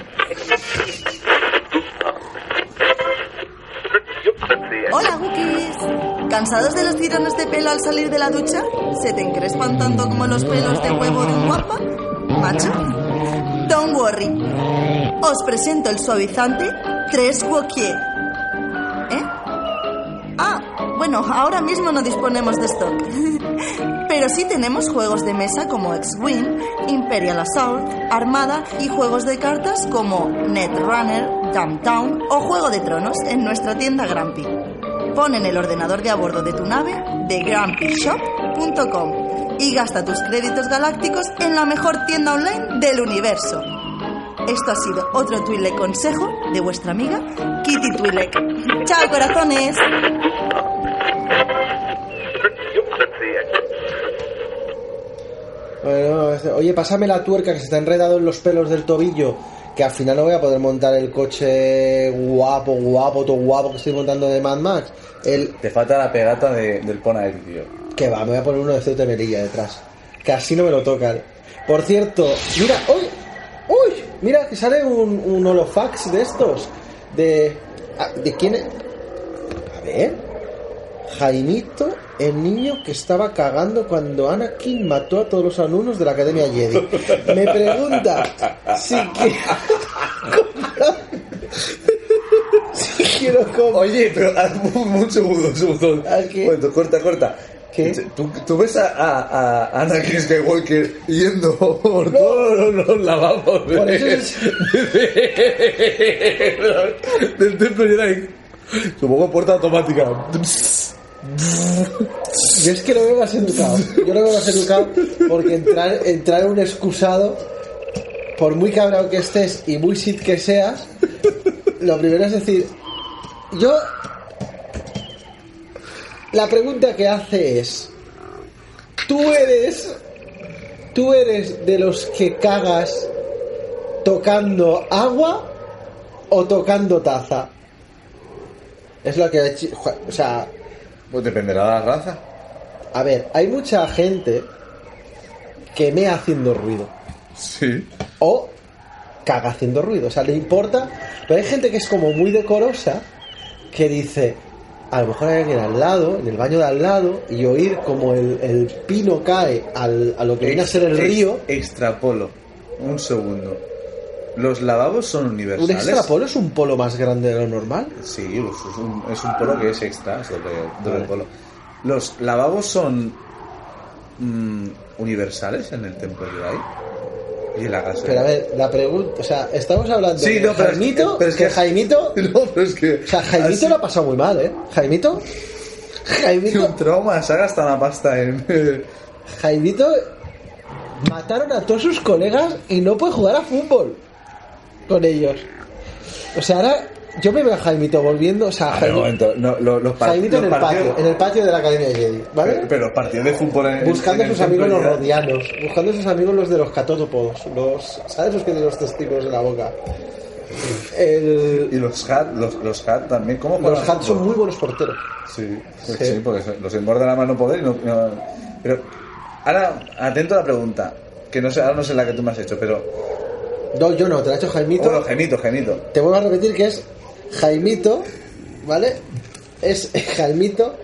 Speaker 7: Hola, Wookiees. ¿Cansados de los tirones de pelo al salir de la ducha? ¿Se te encrespan tanto como los pelos de huevo de un guapa? ¿Macho? Don't worry. Os presento el suavizante 3 Wookiee. ¿Eh? Ah, bueno, ahora mismo no disponemos de stock. Pero sí tenemos juegos de mesa como X-Wing, Imperial Assault, Armada y juegos de cartas como Netrunner, Downtown o Juego de Tronos en nuestra tienda Grumpy. Pon en el ordenador de a bordo de tu nave de grumpyshop.com y gasta tus créditos galácticos en la mejor tienda online del universo. Esto ha sido otro Twi'lek consejo de vuestra amiga Kitty Twi'lek. ¡Chao, corazones!
Speaker 4: Bueno, este- oye, pásame la tuerca que se te ha enredado en los pelos del tobillo. Que al final no voy a poder montar el coche guapo, guapo, todo guapo que estoy montando de Mad Max. El
Speaker 5: Te falta la pegata de- del Ponaer, tío.
Speaker 4: que va, me voy a poner uno de Ceuta y Melilla detrás. Casi no me lo tocan. Por cierto, mira, uy, uy, mira que sale un, un holofax de estos. De. ah, ¿De quién es? A ver. Jaimito, el niño que estaba cagando cuando Anakin mató a todos los alumnos de la Academia Jedi. Me pregunta si quiero. si quiero comprar.
Speaker 5: Oye, pero ah, un, un segundo, un segundo.
Speaker 4: ¿A qué?
Speaker 5: Bueno, corta, corta.
Speaker 4: ¿Qué?
Speaker 5: ¿Tú, tú ves a, a, a Anakin Skywalker yendo por todos los, los lavabos de,
Speaker 4: Por eso es-
Speaker 5: de- del templo Jedi. Supongo puerta automática.
Speaker 4: Yo es que lo veo más educado. Yo lo veo más educado porque entrar, entrar en un excusado, por muy cabrón que estés y muy sit que seas, lo primero es decir, yo... La pregunta que hace es, ¿tú eres... ¿Tú eres de los que cagas tocando agua o tocando taza? Es lo que... O sea,
Speaker 5: Pues dependerá de la raza.
Speaker 4: a ver, hay mucha gente que mea haciendo ruido.
Speaker 5: Sí.
Speaker 4: O caga haciendo ruido. O sea, le importa. Pero hay gente que es como muy decorosa que dice. A lo mejor hay alguien al lado, en el baño de al lado, y oír como el, el pino cae al, a lo que viene a ser el
Speaker 5: Ex-
Speaker 4: río.
Speaker 5: Extrapolo. Un segundo. ¿Los lavabos son
Speaker 4: Un
Speaker 5: universales?
Speaker 4: extrapolo es un polo más grande de lo normal.
Speaker 5: Sí, pues es un, es un polo que es extra, es doble, doble polo. ¿Los lavabos son mm, universales en el templo de ahí? ¿Y en la gasolina?
Speaker 4: Pero a ver, la pregunta. O sea, estamos hablando
Speaker 5: Sí,
Speaker 4: de
Speaker 5: no, pero es-
Speaker 4: Jaimito.
Speaker 5: pero es
Speaker 4: que
Speaker 5: que-
Speaker 4: Jaimito.
Speaker 5: No, pero es que...
Speaker 4: O sea, Jaimito
Speaker 5: así
Speaker 4: lo ha pasado muy mal, ¿eh? Jaimito.
Speaker 5: que
Speaker 4: Jaimito.
Speaker 5: un trauma, se ha gastado la pasta en...
Speaker 4: Jaimito mataron a todos sus colegas y no puede jugar a fútbol con ellos. O sea, ahora yo me veo a Jaimito volviendo, o sea,
Speaker 5: Pero,
Speaker 4: Jaimi-
Speaker 5: momento, no, lo- los, par-
Speaker 4: Jaimito en
Speaker 5: los
Speaker 4: el patio, en el patio de la Academia Jedi,
Speaker 5: Pero,
Speaker 4: ¿vale?
Speaker 5: pero los partidos de fútbol en
Speaker 4: buscando a
Speaker 5: en el
Speaker 4: sus amigos
Speaker 5: templo
Speaker 4: los
Speaker 5: Jedi-
Speaker 4: rodianos, buscando a sus amigos los de los catótopos, los, ¿sabes? Los que tienen los testículos en la boca.
Speaker 5: Y
Speaker 4: El-
Speaker 5: los hat, los, los hat también, ¿cómo juegan
Speaker 4: los
Speaker 5: al
Speaker 4: Hats
Speaker 5: fútbol?
Speaker 4: son muy buenos porteros.
Speaker 5: Sí, pues
Speaker 4: Sí.
Speaker 5: sí, porque se- los engorda la mano poder y no, no- Pero ahora, atento a la pregunta, que no sé, ahora no sé la que tú me has hecho, pero...
Speaker 4: No, yo no, te la ha hecho Jaimito.
Speaker 5: Bueno, genito, genito.
Speaker 4: Te vuelvo a repetir que es Jaimito, ¿vale? Es Jaimito,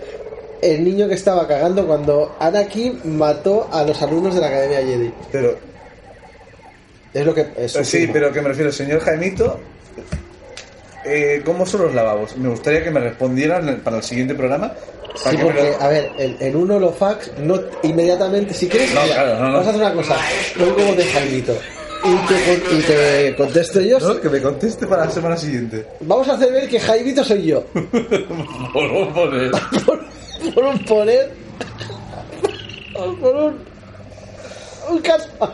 Speaker 4: el niño que estaba cagando cuando Anakin mató a los alumnos de la Academia Jedi.
Speaker 5: Pero,
Speaker 4: Es lo que es. su
Speaker 5: Eh, sí,
Speaker 4: firma.
Speaker 5: pero que me refiero, señor Jaimito, eh, ¿cómo son los lavabos? Me gustaría que me respondieran para el siguiente programa. para
Speaker 4: Sí,
Speaker 5: que me
Speaker 4: porque,
Speaker 5: lo-
Speaker 4: a ver, en, en un holofax, no inmediatamente, si quieres,
Speaker 5: No,
Speaker 4: mira,
Speaker 5: claro, no, no.
Speaker 4: vamos a hacer una cosa. Luego como de Jaimito. Y te, y te contesto yo.
Speaker 5: No, que me conteste para la semana siguiente.
Speaker 4: Vamos a hacer ver que Jaimito soy yo.
Speaker 6: Por un poder.
Speaker 4: por, por un poner. Por un. Un caspa.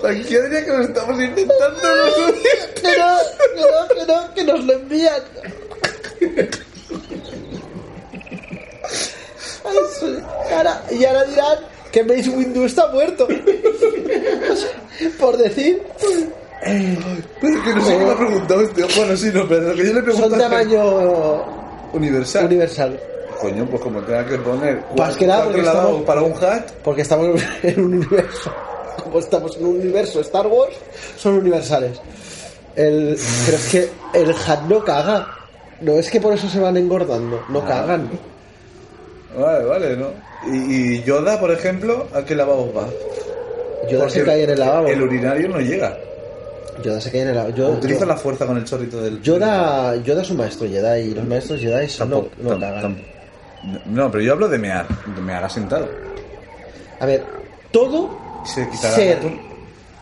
Speaker 5: Cualquiera diría que nos estamos intentando nosotros.
Speaker 4: Que no, que no, que no, que nos lo envían. Ay, su- y ahora- y ahora dirán que Mace Windu está muerto. Por decir, pues
Speaker 5: Pero es que no sé qué me ha preguntado este. Bueno, sí, no, pero lo que yo le pregunto
Speaker 4: son
Speaker 5: es que-
Speaker 4: tamaño
Speaker 5: universal.
Speaker 4: universal.
Speaker 5: Coño, pues como tenga que poner
Speaker 4: Más Pues que nada porque
Speaker 5: cuatro lavados
Speaker 4: estamos-
Speaker 5: para un hat.
Speaker 4: Porque estamos en un universo. Como estamos en un universo Star Wars, son universales. El, pero es que el hat no caga. No es que por eso se van engordando. No cagan.
Speaker 5: Vale, vale, ¿no? Y, y Yoda, por ejemplo, ¿a qué lavabo va?
Speaker 4: Yoda se
Speaker 5: Porque
Speaker 4: cae en el lavabo.
Speaker 5: El urinario no llega.
Speaker 4: Yoda se cae en el lavabo. Yoda,
Speaker 5: Utiliza la fuerza con el chorrito del.
Speaker 4: Yoda, Yoda es un maestro Jedi y los maestros Jedi son- no,
Speaker 5: Tampoco-
Speaker 4: no
Speaker 5: tam-
Speaker 4: cagan.
Speaker 5: tam- No, pero yo hablo de mear. De mear asentado.
Speaker 4: A ver, todo
Speaker 5: Se quitará
Speaker 4: ser.
Speaker 5: la túnica.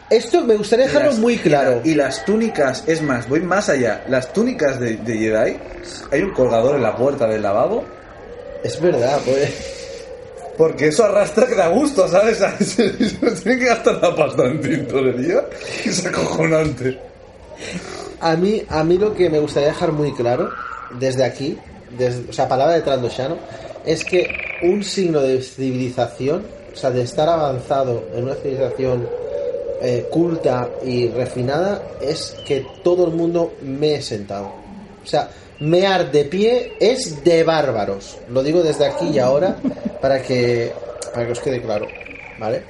Speaker 4: Esto me gustaría dejarlo
Speaker 5: Las-
Speaker 4: muy
Speaker 5: y la-
Speaker 4: claro.
Speaker 5: Y, las túnicas, es más, voy más allá. Las túnicas de, de Jedi, hay un colgador en la puerta del lavabo.
Speaker 4: Es verdad, pues.
Speaker 5: Porque eso arrastra que da gusto, ¿sabes? Se tienen que gastar la pasta en tintorería. Es acojonante.
Speaker 4: A mí, a mí lo que me gustaría dejar muy claro, desde aquí, desde, o sea, palabra de Trandoshano, es que un signo de civilización, o sea, de estar avanzado en una civilización eh, culta y refinada, es que todo el mundo me he sentado. O sea, mear de pie es de bárbaros. Lo digo desde aquí y ahora para que, para que os quede claro, ¿vale?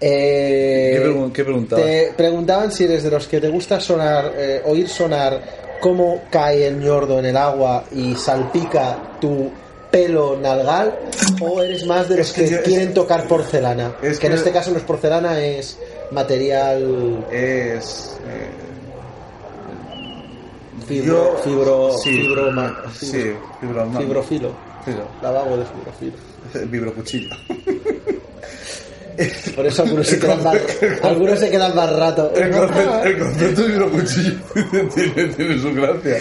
Speaker 4: Eh,
Speaker 5: ¿Qué pregun- qué preguntabas?
Speaker 4: Te preguntaban si eres de los que te gusta sonar, eh, oír sonar cómo cae el ñordo en el agua y salpica tu pelo nalgal, o eres más de los
Speaker 5: Es que
Speaker 4: que,
Speaker 5: yo- es-
Speaker 4: quieren tocar porcelana.
Speaker 5: es
Speaker 4: que en
Speaker 5: que-
Speaker 4: este caso no es porcelana, es material
Speaker 5: Es. eh,
Speaker 4: fibro,
Speaker 5: yo-
Speaker 4: fibro,
Speaker 5: sí,
Speaker 4: fibro, ma-
Speaker 5: Sí,
Speaker 4: fibro-
Speaker 5: fibro,
Speaker 4: fibrofilo.
Speaker 5: Fibro.
Speaker 4: Lavabo de fibrofilo.
Speaker 5: cuchillo.
Speaker 4: Por eso algunos se quedan más, algunos se quedan más rato. Ah,
Speaker 6: El concepto, el concepto de virocuchillo tiene, tiene su gracia.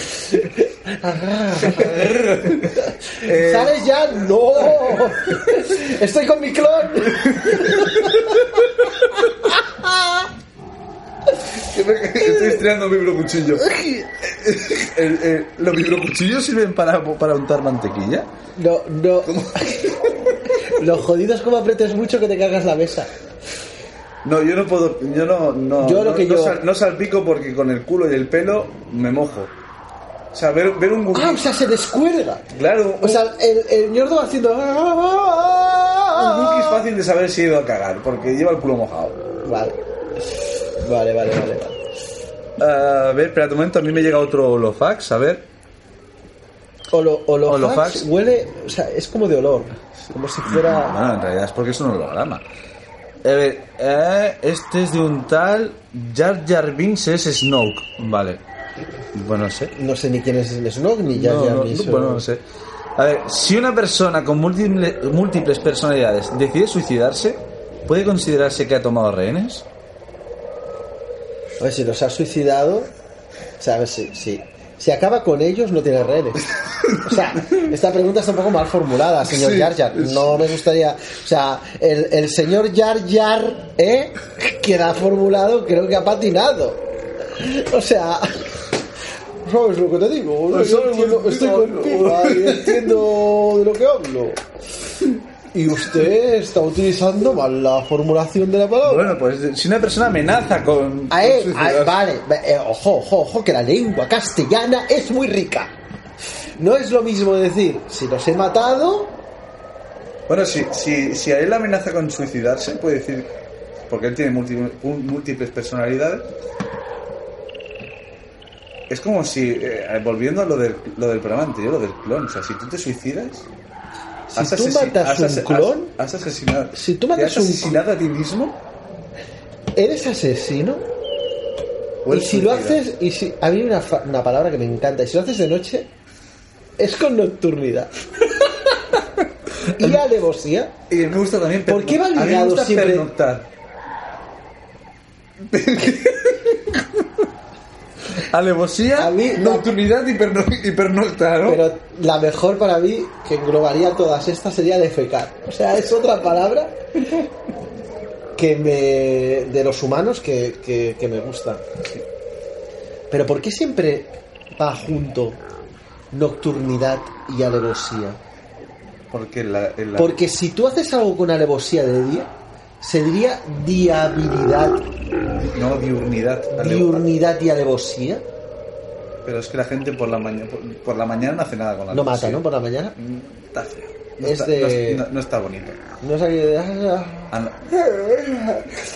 Speaker 4: ¿Sales ya? ¡No! ¡Estoy con mi clon!
Speaker 5: Que me- que Estoy estrenando un vibrocuchillo. El- el- ¿Los vibrocuchillos sirven para, para untar mantequilla?
Speaker 4: No, no. Lo jodido es como apretes mucho que te cargas la mesa.
Speaker 5: No, yo no puedo. Yo no. No,
Speaker 4: Yo lo
Speaker 5: no-
Speaker 4: que
Speaker 5: no
Speaker 4: yo-
Speaker 5: sal- no salpico porque con el culo y el pelo me mojo. O sea, ver, ver un
Speaker 4: Ah,
Speaker 5: guquillo.
Speaker 4: o sea, se descuelga.
Speaker 5: claro,
Speaker 4: O sea, el, el ñordo va haciendo. ah,
Speaker 5: un guqui es fácil de saber si he ido a cagar porque lleva el culo mojado.
Speaker 4: Vale. Vale, vale, vale. vale.
Speaker 5: Ah, a ver, espera un momento, a mí me llega otro holofax, a ver.
Speaker 4: Olo, olofax
Speaker 5: Olofax.
Speaker 4: huele. O sea, es como de olor. Como si fuera.
Speaker 5: Bueno, en realidad es porque es un holograma. A ver, eh, este es de un tal Jar Jar Binks es Snoke. Vale. Bueno, no sé.
Speaker 4: No sé ni quién es el Snog ni ya.
Speaker 5: No,
Speaker 4: ya
Speaker 5: no,
Speaker 4: ni
Speaker 5: no,
Speaker 4: eso.
Speaker 5: bueno, no sé. A ver, si una persona con múltiple- múltiples personalidades decide suicidarse, ¿puede considerarse que ha tomado rehenes?
Speaker 4: A ver, si los ha suicidado, o sea, a ver si, si, si acaba con ellos, no tiene redes. O sea, esta pregunta está un poco mal formulada, señor Jar Jar. No me gustaría. O sea, el, el señor Jar Jar, ¿eh? Que la ha formulado, creo que ha patinado. O sea. ¿Sabes lo que te digo? boludo? Yo no- estoy contigo y entiendo de lo que hablo. Y usted está utilizando mal la formulación de la palabra.
Speaker 5: Bueno, pues si una persona amenaza con.
Speaker 4: A
Speaker 5: con
Speaker 4: él, a
Speaker 5: suicidarse-
Speaker 4: él, vale, eh, ojo, ojo, ojo, que la lengua castellana es muy rica. No es lo mismo decir, si los he matado,
Speaker 5: Bueno, si, si, si a él la amenaza con suicidarse, puede decir. Porque él tiene múltiples, múltiples personalidades. Es como si, eh, volviendo a lo del, lo del programa anterior, lo del clon. O sea, si tú te suicidas.
Speaker 4: Si tú matas un
Speaker 5: ase-
Speaker 4: clon,
Speaker 5: has, has asesinado.
Speaker 4: si tú
Speaker 5: te
Speaker 4: matas
Speaker 5: has
Speaker 4: un-
Speaker 5: asesinado a ti mismo.
Speaker 4: eres asesino.
Speaker 5: o
Speaker 4: Y
Speaker 5: eres
Speaker 4: si lo
Speaker 5: suicida.
Speaker 4: haces, y si, a mí una, fa- una palabra que me encanta, y si lo haces de noche, es con nocturnidad. y la alevosía.
Speaker 5: Y me gusta también.
Speaker 4: ¿Por qué va
Speaker 5: a mí me
Speaker 4: ligado
Speaker 5: gusta
Speaker 4: siempre?
Speaker 5: pernoctar? Alevosía,
Speaker 4: A mí la-
Speaker 5: nocturnidad y, perno y pernocta, ¿no?
Speaker 4: Pero la mejor para mí, que englobaría todas estas, sería defecar. O sea, es otra palabra que me. de los humanos que, que, que me gusta. Pero ¿por qué siempre va junto nocturnidad y alevosía?
Speaker 5: Porque la, en la-
Speaker 4: Porque si tú haces algo con alevosía de día, se diría diabilidad,
Speaker 5: No, diurnidad. ale-
Speaker 4: diurnidad y alevosía.
Speaker 5: Pero es que la gente por la mañana por, por la mañana no hace nada con la
Speaker 4: No mata,
Speaker 5: alevosía.
Speaker 4: ¿no? Por la mañana.
Speaker 5: Mm, Está feo. No,
Speaker 4: Es
Speaker 5: está,
Speaker 4: de-
Speaker 5: no es- no- no está bonito.
Speaker 4: No es aquí de- ah, ah.
Speaker 5: Ah, no.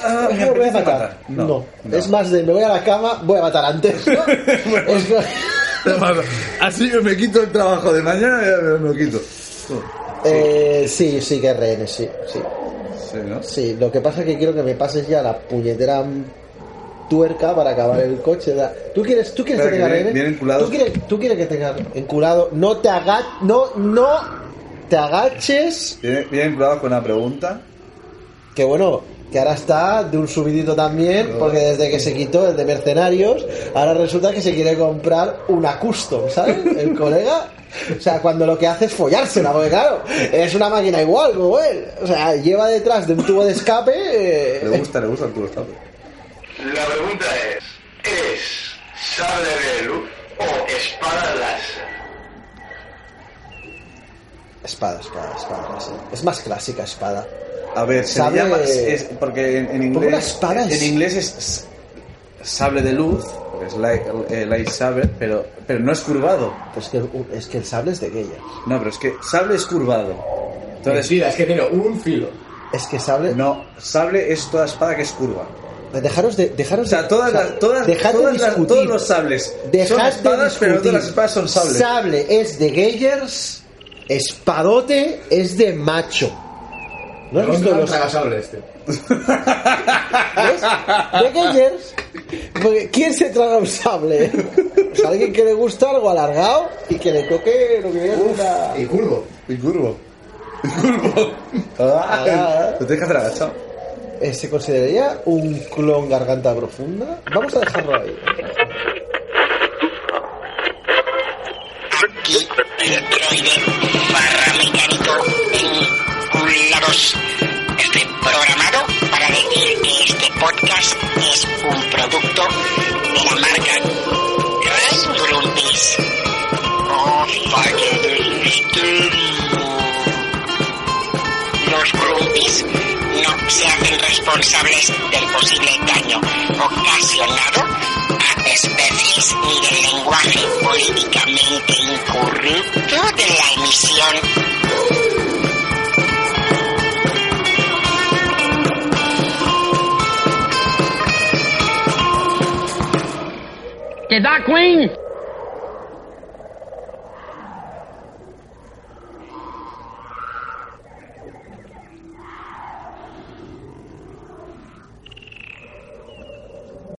Speaker 5: Ah, me
Speaker 4: Me voy a
Speaker 5: apetece
Speaker 4: matar. No,
Speaker 5: No, no.
Speaker 4: Es más de me voy a la cama, voy a matar antes. ¿no? Es que-
Speaker 5: Así yo me quito el trabajo de mañana y me lo quito.
Speaker 4: eh, sí, sí, que rehenes, sí, sí.
Speaker 5: Sí, ¿no?
Speaker 4: Sí, lo que pasa es que quiero que me pases ya la puñetera tuerca para acabar el coche. da- ¿Tú quieres, tú quieres
Speaker 5: Espera,
Speaker 4: que tenga
Speaker 5: que vienen-
Speaker 4: rehenes?
Speaker 5: vienen culados.
Speaker 4: ¿Tú quieres, tú quieres que tenga enculado? No te aga no, no te agaches.
Speaker 5: Viene, viene vinculado con la pregunta.
Speaker 4: Que bueno, que ahora está de un subidito también, porque desde que se quitó el de mercenarios, ahora resulta que se quiere comprar una custom, ¿sabes? El colega. O sea, cuando lo que hace es follársela, porque claro, es una máquina igual como él. O sea, lleva detrás de un tubo de escape. eh,
Speaker 5: Le gusta, le gusta el culo escape.
Speaker 8: La pregunta es, ¿es sable de luz o espada láser?
Speaker 4: Espada, espada, espada. sí. Es más clásica espada.
Speaker 5: A ver, se
Speaker 4: Sable-
Speaker 5: le llama. es- es- porque en, en inglés.
Speaker 4: una espada
Speaker 5: En
Speaker 4: es-
Speaker 5: inglés es s- sable de luz, porque es light, eh, light saber, pero, pero no es curvado.
Speaker 4: Pero Pues es que, es que el sable es de Geyer.
Speaker 5: No, pero es que sable es curvado. Entonces,
Speaker 9: Mentira, es que tiene un filo.
Speaker 4: Es que sable.
Speaker 5: no, sable es toda espada que es curva.
Speaker 4: Dejaros de. Dejaros
Speaker 5: O sea,
Speaker 4: de-
Speaker 5: todas
Speaker 4: o sea,
Speaker 5: las, todas,
Speaker 4: dejad de
Speaker 5: todas las-
Speaker 4: discutir.
Speaker 5: todos los sables
Speaker 4: Dejad
Speaker 5: son
Speaker 4: de
Speaker 5: espadas, pero no todas
Speaker 4: discutir.
Speaker 5: las espadas son sables.
Speaker 4: Sable es de Geyers, espadote es de macho. ¿No has
Speaker 9: Pero
Speaker 4: visto
Speaker 9: no
Speaker 4: los
Speaker 9: traga sable este.
Speaker 4: ¿ves? de Geyers? Porque, ¿Quién se traga un sable? Pues alguien que le gusta algo alargado y que le toque lo que viene una-
Speaker 9: Y curvo.
Speaker 5: Y curvo. Y curvo. Ah, Lo tienes que hacer agachado.
Speaker 4: Eh, ¿Se consideraría un clon garganta profunda? Vamos a dejarlo ahí.
Speaker 8: Aquí, Electroide, barra mecánico, vinculados. Estoy programado para decir que este podcast es un producto de la marca Rice Grumpies. Oh, fucking Los Grumpies no se hacen responsables del posible daño ocasionado a especies ni del lenguaje políticamente incorrecto de la emisión.
Speaker 10: Get that queen!